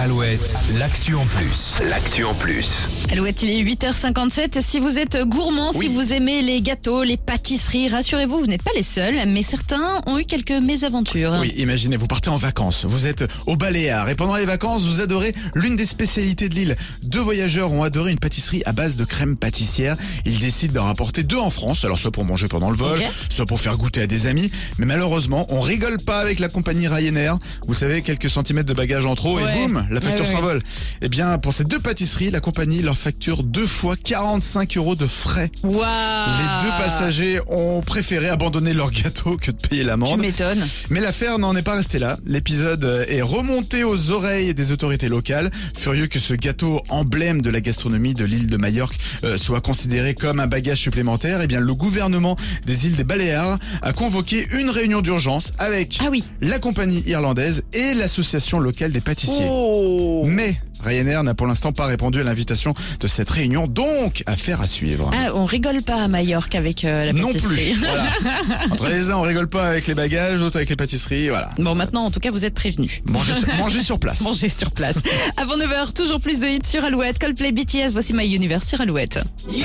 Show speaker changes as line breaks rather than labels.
Alouette, l'actu en plus.
L'actu en plus.
Alouette, il est 8h57. Si vous êtes gourmand,
Oui.
si vous aimez les gâteaux, les pâtisseries, rassurez-vous, vous n'êtes pas les seuls, mais certains ont eu quelques mésaventures.
Oui, imaginez, vous partez en vacances, vous êtes au Baléares et pendant les vacances, vous adorez l'une des spécialités de l'île. Deux voyageurs ont adoré une pâtisserie à base de crème pâtissière. Ils décident d'en rapporter deux en France, alors soit pour manger pendant le vol,
Ok.
soit pour faire goûter à des amis. Mais malheureusement, on rigole pas avec la compagnie Ryanair. Vous savez, quelques centimètres de bagages en trop
Ouais.
et boum, la facture
Ouais, ouais,
s'envole. Eh bien, pour ces deux pâtisseries, la compagnie leur facture deux fois 45 euros de frais.
Waouh Ah.
Les deux passagers ont préféré abandonner leur gâteau que de payer
Tu
l'amende.
m'étonnes.
Mais l'affaire n'en est pas restée là. L'épisode euh, est remonté aux oreilles des autorités locales, furieux que ce gâteau emblème de la gastronomie de l'île de Majorque euh, soit considéré comme un bagage supplémentaire. Eh bien, le gouvernement des îles des Baléares a convoqué une réunion d'urgence avec
Ah oui.
la compagnie irlandaise et l'association locale des pâtissiers.
Oh
Mais Ryanair n'a pour l'instant pas répondu à l'invitation de cette réunion, donc affaire à suivre.
ah, on rigole pas à Majorque avec euh, la
non
pâtisserie.
plus. Voilà. Entre les uns, on rigole pas avec les bagages, d'autres avec les pâtisseries. Voilà.
Bon, maintenant, en tout cas, vous êtes prévenus.
Manger, sur- manger sur place.
Mangez sur place. Avant 9h, toujours plus de hits sur Alouette. Coldplay BTS, voici My Universe sur Alouette.
You